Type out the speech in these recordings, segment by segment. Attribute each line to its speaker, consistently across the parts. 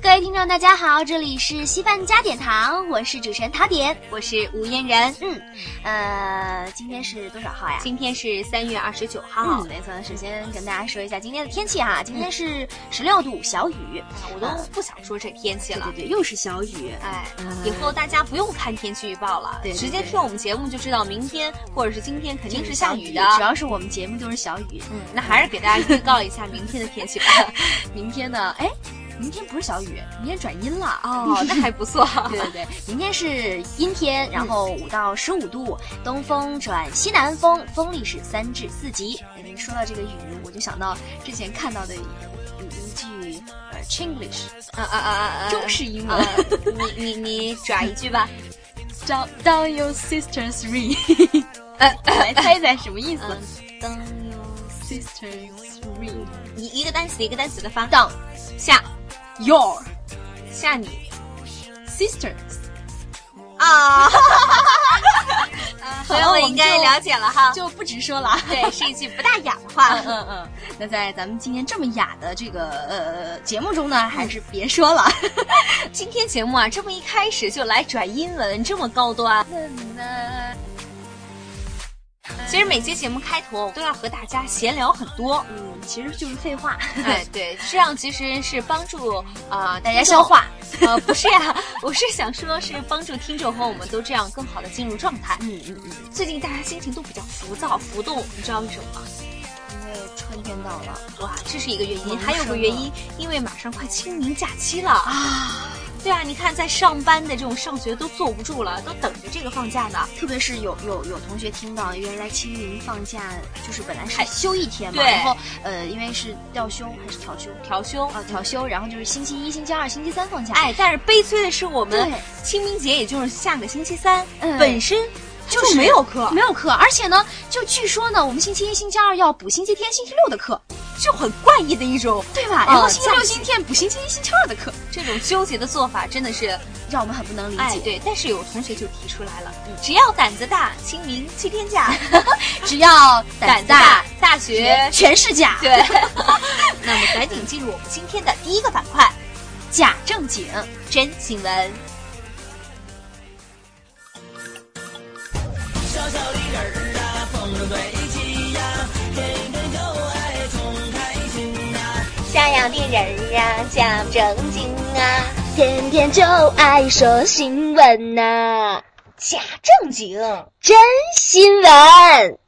Speaker 1: 各位听众，大家好，这里是稀饭加点糖，我是主持人塔点，
Speaker 2: 我是吴嫣然。
Speaker 1: 嗯，呃，今天是多少号呀？
Speaker 2: 今天是三月二十九号
Speaker 1: 嗯，，没错。首先跟大家说一下今天的天气哈，今天是十六度，小雨。
Speaker 2: 啊我都不想说这天气
Speaker 1: 对
Speaker 2: 了
Speaker 1: 对。对，又是小雨。
Speaker 2: 哎，
Speaker 1: 嗯
Speaker 2: 以后大家不用看天气预报了，
Speaker 1: 对对
Speaker 2: 直接
Speaker 1: 对
Speaker 2: 听我们节目就知道明天或者是今天肯定是下雨的。
Speaker 1: 主要是我们节目就是小雨。
Speaker 2: 嗯，那还是给大家预告一下明天的 天气吧。
Speaker 1: 明天呢？哎，明天不是小雨，明天转阴了。
Speaker 2: 哦，那还不错。
Speaker 1: 对对对，明天是阴天，然后五到十五度，东风转西南风，风力是三至四级。嗯，说到这个雨，我就想到之前看到的有一句呃 Chinglish
Speaker 2: 啊啊啊啊！
Speaker 1: 中式英文
Speaker 2: 啊，你你你转一句吧。
Speaker 1: ，Down down your sister's ring，来 呃猜猜什么意思
Speaker 2: 嗯，当有
Speaker 1: ？Sister's ring
Speaker 2: 一一个单词一个单词的发。
Speaker 1: down
Speaker 2: 下
Speaker 1: your
Speaker 2: 下你
Speaker 1: sisters，
Speaker 2: 啊！朋友
Speaker 1: 好
Speaker 2: 们嗯应该
Speaker 1: 我们就
Speaker 2: 了解了哈。
Speaker 1: 就不直说了啊。
Speaker 2: 对，是一句不大雅的话。
Speaker 1: 嗯嗯嗯，那在咱们今天这么雅的这个呃节目中呢，还是别说 了。
Speaker 2: 今天节目啊，这么一开始就来转英文，这么高端。其实每期节目开头都要和大家闲聊很多。
Speaker 1: 嗯，其实就是废话，
Speaker 2: 哎，对，这样其实是帮助啊、呃、 大
Speaker 1: 大家消。化。
Speaker 2: 呃， 不是呀、我是想说，是帮助听众和我们都这样更好的进入状态。
Speaker 1: 嗯嗯嗯，
Speaker 2: 最近大家心情都比较浮躁、浮动，你知道为什么吗？
Speaker 1: 因为春天到了
Speaker 2: 哇，这是一个原因，
Speaker 1: 萌
Speaker 2: 还有
Speaker 1: 生
Speaker 2: 个
Speaker 1: 了
Speaker 2: 原因，因为马上快清明假期了。
Speaker 1: 啊，
Speaker 2: 对啊，你看，在上班的这种上学都坐不住了，都等着这个放假呢。
Speaker 1: 特别是有有有同学听到，原来清明放假就是本来是
Speaker 2: 还
Speaker 1: 休一天嘛，
Speaker 2: 对
Speaker 1: 然后呃，因为是调休还是调休？
Speaker 2: 调休。
Speaker 1: 啊，调休，然后就是星期一、星期二、星期三放假。，
Speaker 2: 哎，但是悲催的是，我们
Speaker 1: 对
Speaker 2: 清明节也就是下个星期三，
Speaker 1: 嗯
Speaker 2: 本身它
Speaker 1: 就是
Speaker 2: 没有课，
Speaker 1: 没有课，而且呢，就据说呢，我们星期一、星期二要补星期天、星期六的课，
Speaker 2: 就很怪异的一种
Speaker 1: 对吧？
Speaker 2: 啊
Speaker 1: 然后星期六、
Speaker 2: 假期
Speaker 1: 星期天补星期一、星期二的课，
Speaker 2: 这种纠结的做法，真的是
Speaker 1: 让我们很不能理
Speaker 2: 哎
Speaker 1: 解。
Speaker 2: 对。但是有同学就提出来了，
Speaker 1: 嗯
Speaker 2: 只要胆子大，清明七 天假，
Speaker 1: 只要胆
Speaker 2: 胆子
Speaker 1: 大
Speaker 2: 大，，大学
Speaker 1: 全是假，
Speaker 2: 对。 那么赶紧进入我们今天的第一个板块
Speaker 1: 假正经。
Speaker 2: ——真新闻。
Speaker 3: 家养的人儿啊，讲正经啊，
Speaker 1: 天天就爱说新闻呐、
Speaker 3: 假正经。
Speaker 1: 真新闻。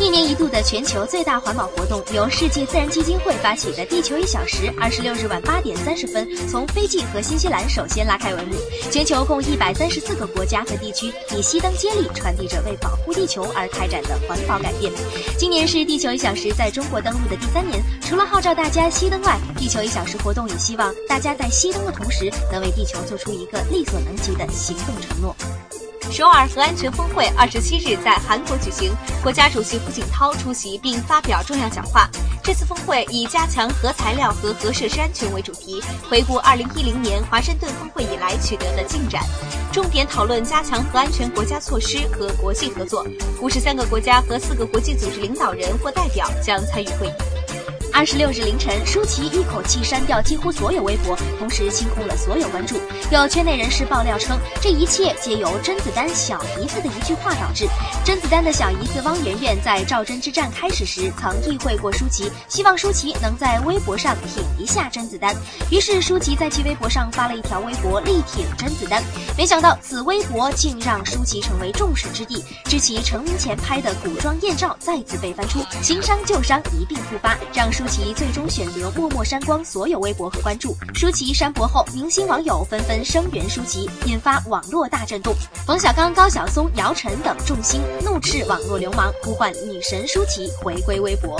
Speaker 1: 一年一度的全球最大环保活动，由世界自然基金会发起的“地球一小时”，二十六日晚八点三十分，从斐济和新西兰首先拉开帷幕。全球共一百三十四个国家和地区以熄灯接力，传递着为保护地球而开展的环保改变。今年是“地球一小时”在中国登陆的第三年，除了号召大家熄灯外，“地球一小时”活动也希望大家在熄灯的同时，能为地球做出一个力所能及的行动承诺。
Speaker 2: 首尔核安全峰会二十七日在韩国举行，国家主席胡锦涛出席并发表重要讲话。这次峰会以加强核材料和核设施安全为主题，回顾二零一零年华盛顿峰会以来取得的进展，重点讨论加强核安全国家措施和国际合作。五十三个国家和四个国际组织领导人或代表将参与会议。
Speaker 1: 二十六日凌晨，舒淇一口气删掉几乎所有微博，同时清空了所有关注。有圈内人士爆料称，这一切皆由甄子丹小姨子的一句话导致。甄子丹的小姨子汪媛媛在赵甄之战开始时曾意会过舒淇，希望舒淇能在微博上挺一下甄子丹。于是舒淇在其微博上发了一条微博力挺甄子丹，没想到此微博竟让舒淇成为众矢之的，知其成名前拍的古装艳照再次被翻出，新伤旧伤一并复发，让舒淇最终选择默默删光所有微博和关注。舒淇删博后，明星网友纷纷声援舒淇，引发网络大震动。冯小刚、高晓松、姚晨等众星怒斥网络流氓，呼唤女神舒淇回归微博。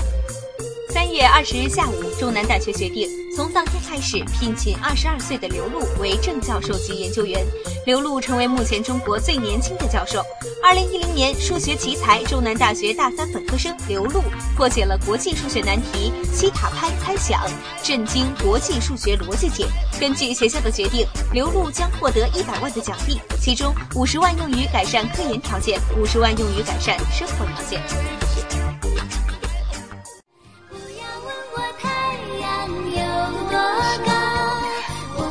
Speaker 2: 三月二十日下午，中南大学决定从当天开始聘请二十二岁的刘璐为正教授级研究员。刘璐成为目前中国最年轻的教授。二零一零年，数学奇才中南大学大三本科生刘璐破解了国际数学难题西塔潘猜想，震惊国际数学逻辑界。根据学校的决定，刘璐将获得一百万的奖励，其中五十万用于改善科研条件，五十万用于改善生活条件。
Speaker 3: 不要问我太阳有多高，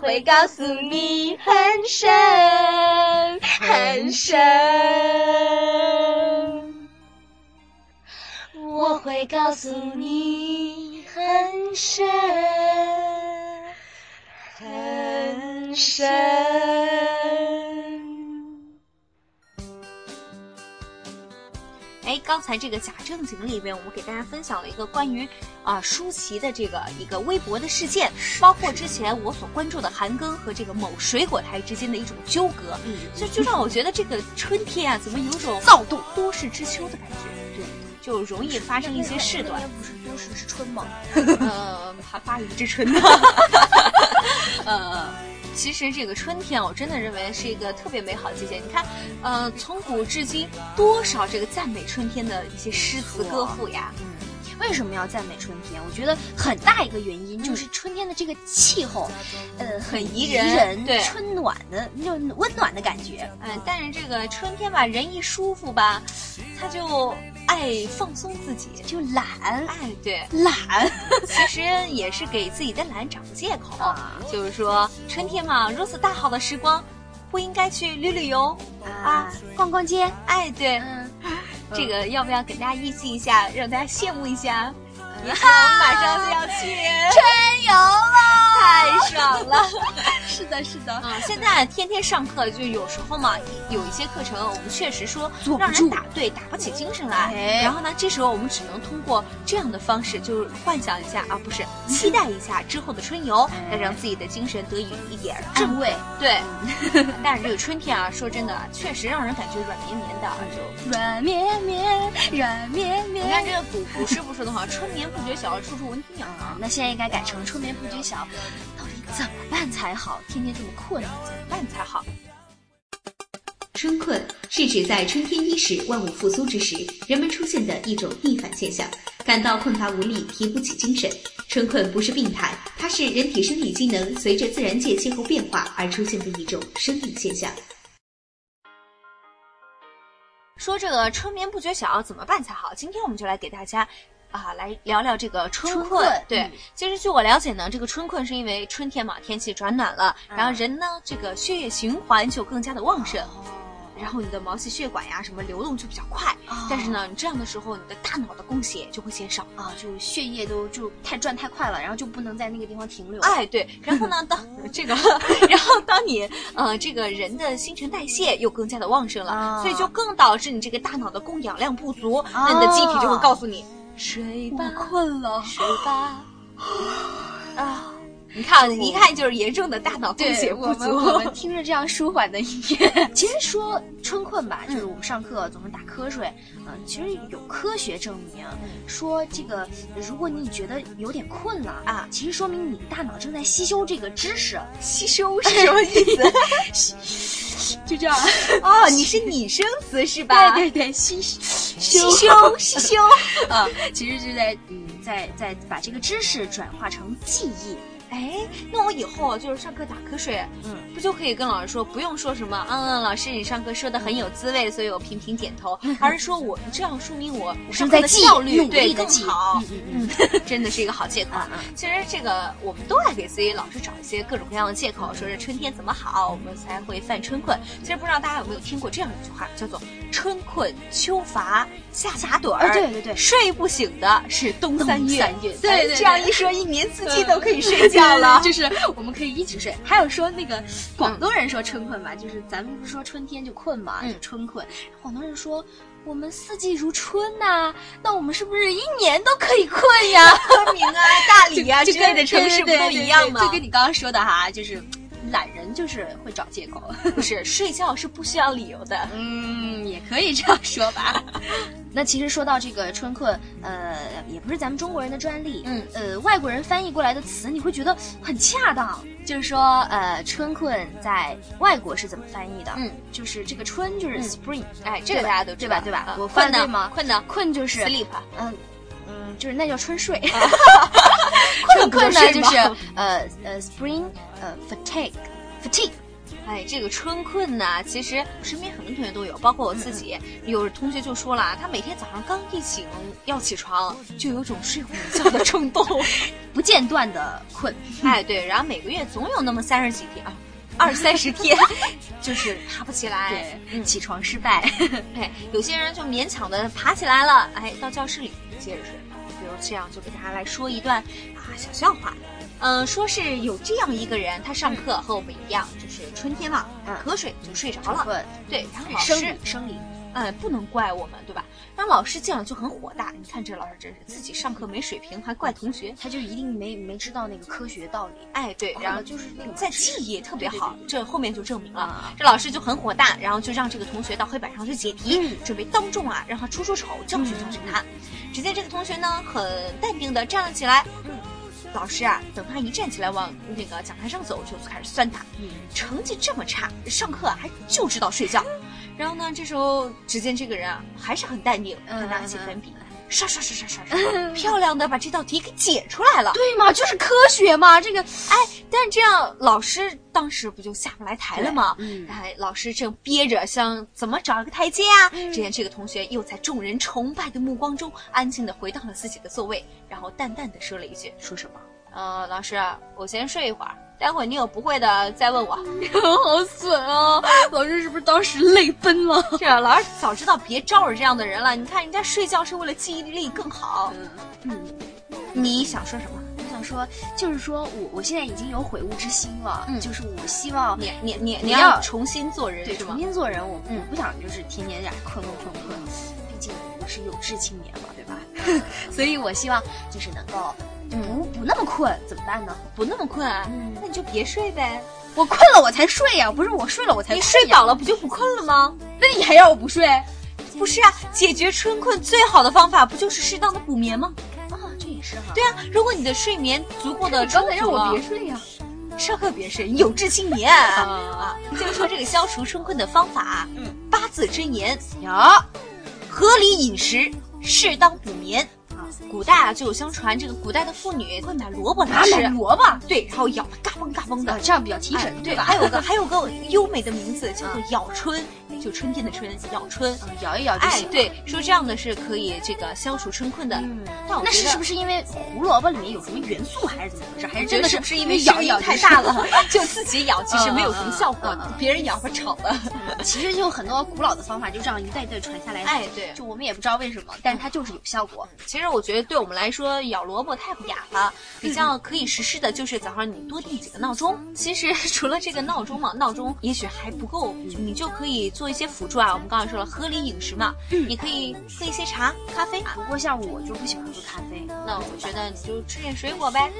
Speaker 3: 会告诉你很深很深，我会告诉你很深很深。
Speaker 2: 哎，刚才这个假正经里面，我们给大家分享了一个关于啊、舒淇的这个一个微博的事件，包括之前我所关注的韩庚和这个某水果台之间的一种纠葛，
Speaker 1: 嗯，
Speaker 2: 就就让我觉得这个春天啊，怎么有种
Speaker 1: 躁动
Speaker 2: 多事之秋的感觉，对，就容易发生一些事端
Speaker 1: 那。不是多事之春吗？
Speaker 2: 呃，还发育之春呢。 呃，其实这个春天啊，我真的认为是一个特别美好的季节。你看，呃，从古至今，多少这个赞美春天的一些诗词歌赋呀？
Speaker 1: 嗯，为什么要赞美春天？我觉得很大一个原因就是春天的这个气候，呃，嗯很
Speaker 2: 很宜
Speaker 1: 宜
Speaker 2: 人对
Speaker 1: 春暖的那种温暖的感觉。
Speaker 2: 嗯、但是这个春天吧，人一舒服吧，他就爱放松自己。
Speaker 1: 就懒
Speaker 2: 哎，对，
Speaker 1: 懒，
Speaker 2: 其实也是给自己的懒找个借口。
Speaker 1: 啊
Speaker 2: 就是说，春天嘛，如此大好的时光，不应该去旅旅游？
Speaker 1: 啊，逛逛街，
Speaker 2: 哎，对，
Speaker 1: 嗯，
Speaker 2: 这个要不要给大家预计一下，让大家羡慕一下？你看，我们马上就要去，
Speaker 1: 春游啦，
Speaker 2: 太爽了！
Speaker 1: 是的，是的，
Speaker 2: 嗯，现在天天上课，就有时候嘛，有一些课程我们确实说
Speaker 1: 坐不
Speaker 2: 让人
Speaker 1: 住
Speaker 2: 打对打不起精神来。
Speaker 1: 哎
Speaker 2: 然后呢，这时候我们只能通过这样的方式，就是幻想一下啊，不是期待一下之后的春游，来让自己的精神得以一点儿振
Speaker 1: 正位
Speaker 2: 对。但是这个春天啊，说真的，确实让人感觉软绵绵的，就
Speaker 1: 软绵绵，软绵
Speaker 2: 你看这
Speaker 1: 绵。
Speaker 2: 个古古诗不说的好，春眠不觉晓，处处闻啼鸟啊。
Speaker 1: 那现在应该改成春眠不觉晓，到底怎么办才好？天天这么困，怎么
Speaker 2: 办才好。
Speaker 4: 春困是指在春天伊始、万物复苏之时，人们出现的一种逆反现象，感到困乏无力、提不起精神。春困不是病态，它是人体生理机能随着自然界气候变化而出现的一种生理现象。
Speaker 2: 说这个春眠不觉晓怎么办才好？今天我们就来给大家。啊，来聊聊这个春困。
Speaker 1: 春困
Speaker 2: 对，
Speaker 1: 嗯
Speaker 2: 其实据我了解呢，这个春困是因为春天嘛，天气转暖了，
Speaker 1: 嗯
Speaker 2: 然后人呢，这个血液循环就更加的旺盛，然后你的毛细血管呀什么流动就比较快。
Speaker 1: 哦
Speaker 2: 但是呢，你这样的时候，你的大脑的供血就会减少。
Speaker 1: 啊，就血液都就太转太快了，然后就不能在那个地方停留。
Speaker 2: 哎，对，然后呢，当 这个， 然后当你呃，这个人的新陈代谢又更加的旺盛了，
Speaker 1: 啊
Speaker 2: 所以就更导致你这个大脑的供氧量不足，那你的机体就会告诉你、睡吧，
Speaker 1: 困了，
Speaker 2: 睡吧，啊，你看，一看就是严重的大脑供
Speaker 1: 对
Speaker 2: 血
Speaker 1: 我
Speaker 2: 不
Speaker 1: 们我
Speaker 2: 足
Speaker 1: 们。听着这样舒缓的音乐， 嗯其实说春困吧，就是我们上课总是打瞌睡，嗯、其实有科学证明啊说这个，如果你觉得有点困了
Speaker 2: 啊，
Speaker 1: 其实说明你的大脑正在吸收这个知识，
Speaker 2: 吸收是什么意思？
Speaker 1: 就这样，
Speaker 2: 哦，你是拟声词是吧？
Speaker 1: 对对 对，吸
Speaker 2: 吸
Speaker 1: 收
Speaker 2: 收吸收。
Speaker 1: 啊，其实就在嗯，在在把这个知识转化成记忆，
Speaker 2: 哎，那我以后就是上课打瞌睡，
Speaker 1: 嗯，
Speaker 2: 不就可以跟老师说，不用说什么，嗯嗯，老师你上课说的很有滋味，所以我频频点头，而是说我这样说明我
Speaker 1: 正
Speaker 2: 上课
Speaker 1: 嗯在
Speaker 2: 的
Speaker 1: 记
Speaker 2: 效，率
Speaker 1: 努
Speaker 2: 对
Speaker 1: 力
Speaker 2: 更
Speaker 1: 的记，
Speaker 2: 好
Speaker 1: 嗯，嗯嗯。
Speaker 2: 嗯， 真的是一个好借口。
Speaker 1: 啊啊！
Speaker 2: 其实这个我们都在给自己老是找一些各种各样的借口，说是春天怎么好，我们才会犯春困。其实不知道大家有没有听过这样一句话，叫做“春困秋乏夏打盹儿”，
Speaker 1: 哎对对对
Speaker 2: 睡不醒的是冬三月。
Speaker 1: 三月，
Speaker 2: 对，这样一说，一年四季都可以睡觉 了。
Speaker 1: 嗯 就是我们可以一直睡。还有说那个广东人说春困嘛，就是咱们不是说春天就困嘛，
Speaker 2: 嗯
Speaker 1: 就春困。广东人说我们四季如春呐、那我们是不是一年都可以困呀？
Speaker 2: 昆明啊、 大理啊
Speaker 1: 就
Speaker 2: 之
Speaker 1: 就
Speaker 2: 类
Speaker 1: 跟
Speaker 2: 的城市不
Speaker 1: 对对
Speaker 2: 都
Speaker 1: 对对
Speaker 2: 一样吗
Speaker 1: 就？跟你刚刚说的哈，就是懒人就是会找借口。
Speaker 2: 不是，睡觉是不需要理由的。
Speaker 1: 嗯，也可以这样说吧。 那其实说到这个春困，呃，也不是咱们中国人的专利，
Speaker 2: 嗯，
Speaker 1: 呃，外国人翻译过来的词，你会觉得很恰当。就是说，呃，春困在外国是怎么翻译的？
Speaker 2: 嗯，
Speaker 1: 就是这个春就是
Speaker 2: 嗯
Speaker 1: spring，、
Speaker 2: 哎，这个
Speaker 1: 对吧
Speaker 2: 大家都知
Speaker 1: 对
Speaker 2: 道
Speaker 1: 吧？对吧
Speaker 2: 啊？
Speaker 1: 我
Speaker 2: 困
Speaker 1: 犯
Speaker 2: 呢
Speaker 1: 罪吗？
Speaker 2: 困呢
Speaker 1: 困就是
Speaker 2: ？sleep
Speaker 1: 嗯嗯，就是那叫春睡。困
Speaker 2: 困 不
Speaker 1: 困
Speaker 2: 是
Speaker 1: 呢
Speaker 2: 睡
Speaker 1: 就
Speaker 2: 吗
Speaker 1: 是呃呃 spring 呃 fatigue fatigue
Speaker 2: 哎，这个春困呐、其实身边很多同学都有，包括我自己。有同学就说了啊，他每天早上刚一醒要起床，就有种睡午觉的冲 动。
Speaker 1: 不间断的困，
Speaker 2: 哎，对，然后每个月总有那么三十几天啊，二三十 天，就是爬不起来。嗯，
Speaker 1: 起床失败，
Speaker 2: 哎，有些人就勉强的爬起来了，哎，到教室里接着睡。比如这样，就给大家来说一段啊小笑话。嗯、说是有这样一个人，他上课和我们一样，就是春天嘛，
Speaker 1: 嗯
Speaker 2: 瞌睡就睡着了。
Speaker 1: 困，
Speaker 2: 对，然后老
Speaker 1: 生
Speaker 2: 师
Speaker 1: 理，生理，
Speaker 2: 哎，不能怪我们，对吧？然后老师见了就很火大，你看这老师真是自己上课没水平，还怪同学。
Speaker 1: 他就一定没没知道那个科学道理，
Speaker 2: 哎，对，然
Speaker 1: 然
Speaker 2: 后
Speaker 1: 后
Speaker 2: 就
Speaker 1: 就是那种
Speaker 2: 在记忆也特别好，这后面就证明了。
Speaker 1: 啊，
Speaker 2: 这老师就很火大，然后就让这个同学到黑板上去解题，
Speaker 1: 嗯
Speaker 2: 准备当众啊让他出出丑，教训教训他。只见这个同学呢很淡定的站了起来，嗯，老师啊，等他一站起来往那个讲台上走，就开始酸他，
Speaker 1: 嗯
Speaker 2: 成绩这么差，上课啊还就知道睡觉。然后呢，这时候只见这个人啊还是很淡定，
Speaker 1: 嗯
Speaker 2: 他拿起粉笔，刷刷刷刷刷刷，漂亮的把这道题给解出来了。
Speaker 1: 对嘛，就是科学嘛，这个，
Speaker 2: 但这样老师当时不就下不来台了吗？
Speaker 1: 嗯
Speaker 2: 哎，老师正憋着，想怎么找个台阶啊？
Speaker 1: 嗯
Speaker 2: 只见这个同学又在众人崇拜的目光中，安静的回到了自己的座位，然后淡淡的说了一句
Speaker 1: 说什么？：“
Speaker 2: 呃，老师，我先睡一会儿，待会儿你有不会的再问我。” 好损啊！
Speaker 1: 老师是不是当时泪奔了？
Speaker 2: 这老师早知道别招惹这样的人了。你看人家睡觉是为了记忆力更好。
Speaker 1: 嗯，
Speaker 2: 你想说什么？
Speaker 1: 我想说，就是说我我现在已经有悔悟之心了，
Speaker 2: 嗯
Speaker 1: 就是我希望
Speaker 2: 你你你
Speaker 1: 你
Speaker 2: 要
Speaker 1: 要
Speaker 2: 重新做人
Speaker 1: 对
Speaker 2: 是
Speaker 1: 重
Speaker 2: 吗？
Speaker 1: 新做人，我
Speaker 2: 嗯
Speaker 1: 我不想就是天天在那困困困困，毕竟我是有志青年嘛， 对吧？所以我希望就是能够
Speaker 2: 嗯，
Speaker 1: 不不那么困，怎么办呢？
Speaker 2: 不那么困啊，
Speaker 1: 嗯
Speaker 2: 那你就别睡呗。
Speaker 1: 我困了我才睡呀、不是我睡了我才
Speaker 2: 你
Speaker 1: 困
Speaker 2: 睡
Speaker 1: 呀，
Speaker 2: 饱了不就不困了吗？
Speaker 1: 那你还让我不睡？
Speaker 2: 不是啊，解决春困最好的方法不就是适当的补眠吗？
Speaker 1: 啊，这也是哈。
Speaker 2: 对啊，如果你的睡眠足够的
Speaker 1: 你
Speaker 2: 充
Speaker 1: 刚才让
Speaker 2: 足
Speaker 1: 我
Speaker 2: 了
Speaker 1: 别，睡呀、
Speaker 2: 上课别睡，有志青年啊！
Speaker 1: 啊，
Speaker 2: 就是说这个消除春困的方法，啊
Speaker 1: 嗯
Speaker 2: 八字真言：
Speaker 1: 有
Speaker 2: 合理饮食，适当补眠。啊，古代啊就有相传，这个古代的妇女会买萝卜来
Speaker 1: 拿
Speaker 2: 吃
Speaker 1: 买，萝卜啊，
Speaker 2: 对，然后咬它嘎嘣嘎嘣的。
Speaker 1: 这样比较提神，
Speaker 2: 哎
Speaker 1: 对
Speaker 2: 对
Speaker 1: 吧？
Speaker 2: 还有个还有个优美的名字叫做咬春，就春天的春，咬春。
Speaker 1: 嗯摇一摇就
Speaker 2: 哎
Speaker 1: 行，了。
Speaker 2: 对，说这样的是可以这个消除春困的。
Speaker 1: 嗯
Speaker 2: 但我
Speaker 1: 那
Speaker 2: 觉
Speaker 1: 是
Speaker 2: 得
Speaker 1: 是不是因为胡萝卜里面有什么元素，还是怎么回事？还是嗯真
Speaker 2: 真
Speaker 1: 的
Speaker 2: 的是不是因为
Speaker 1: 咬一咬
Speaker 2: 声
Speaker 1: 就
Speaker 2: 音太
Speaker 1: 是
Speaker 2: 大？ 了， 就自己咬其实没有什么效果
Speaker 1: 嗯嗯嗯嗯，
Speaker 2: 别人咬会吵的。
Speaker 1: 其实就很多古老的方法就这样一代一代传下来，
Speaker 2: 哎，对，
Speaker 1: 就我们也不知道为什么，但是它就是有效果。
Speaker 2: 其实我觉得对我们来说，咬萝卜太不雅了，比较可以实施的就是早上你多定几个闹钟。其实 除了这个闹钟嘛，闹钟也许还不够，你就可以做一些辅助啊。我们刚才说了，合理饮食嘛，你可以喝一些茶、咖啡。啊
Speaker 1: 不过像我就不喜欢喝咖啡，
Speaker 2: 那我觉得你就吃点水果呗，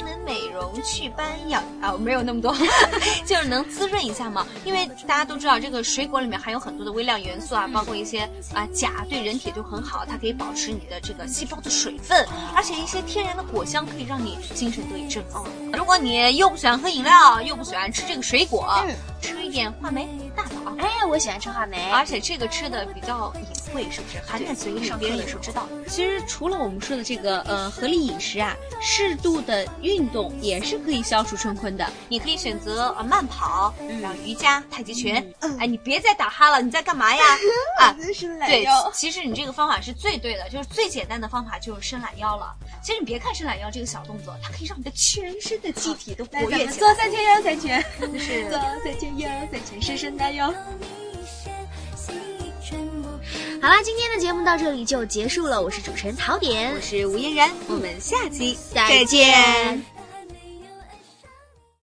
Speaker 2: 又能美容祛斑养啊，没有那么多， 就是能滋润一下嘛。因为大家都知道，这个水果里面含有很多的微量元素啊，包括一些啊钾，对人体就很好，它可以保持你的这个细胞的水分，而且一些天然的果香可以让你精神得以振奋。如果你又不喜欢喝饮料，又不喜欢吃这个水果，
Speaker 1: 嗯
Speaker 2: 吃一点话梅、大枣。
Speaker 1: 哎，我喜欢吃话梅，
Speaker 2: 而且这个吃的比较隐晦，是不是？含在嘴里，
Speaker 1: 上
Speaker 2: 别
Speaker 1: 课
Speaker 2: 人也
Speaker 1: 的时
Speaker 2: 不
Speaker 1: 候
Speaker 2: 知道。
Speaker 5: 其实除了我们说的这个呃合理饮食啊，适度的运动也是可以消除春困的。
Speaker 2: 你可以选择呃慢跑，
Speaker 1: 嗯
Speaker 2: 然后瑜伽、太极拳。哎，你别再打哈了，你在干 嘛呀？啊，
Speaker 1: 哎
Speaker 2: 对，其实你这个方法是最对的，就是最简单的方法就是伸懒腰了。其实你别看伸懒腰这个小动作，它可以让你的全身的机体都活跃起来。
Speaker 5: 做三圈腰三圈，
Speaker 2: 就是
Speaker 5: 做三圈腰三圈，伸伸大腰。
Speaker 1: 好啦，今天的节目到这里就结束了，我是主持人槽点，
Speaker 2: 是吴嫣然，我们下期
Speaker 1: 再见。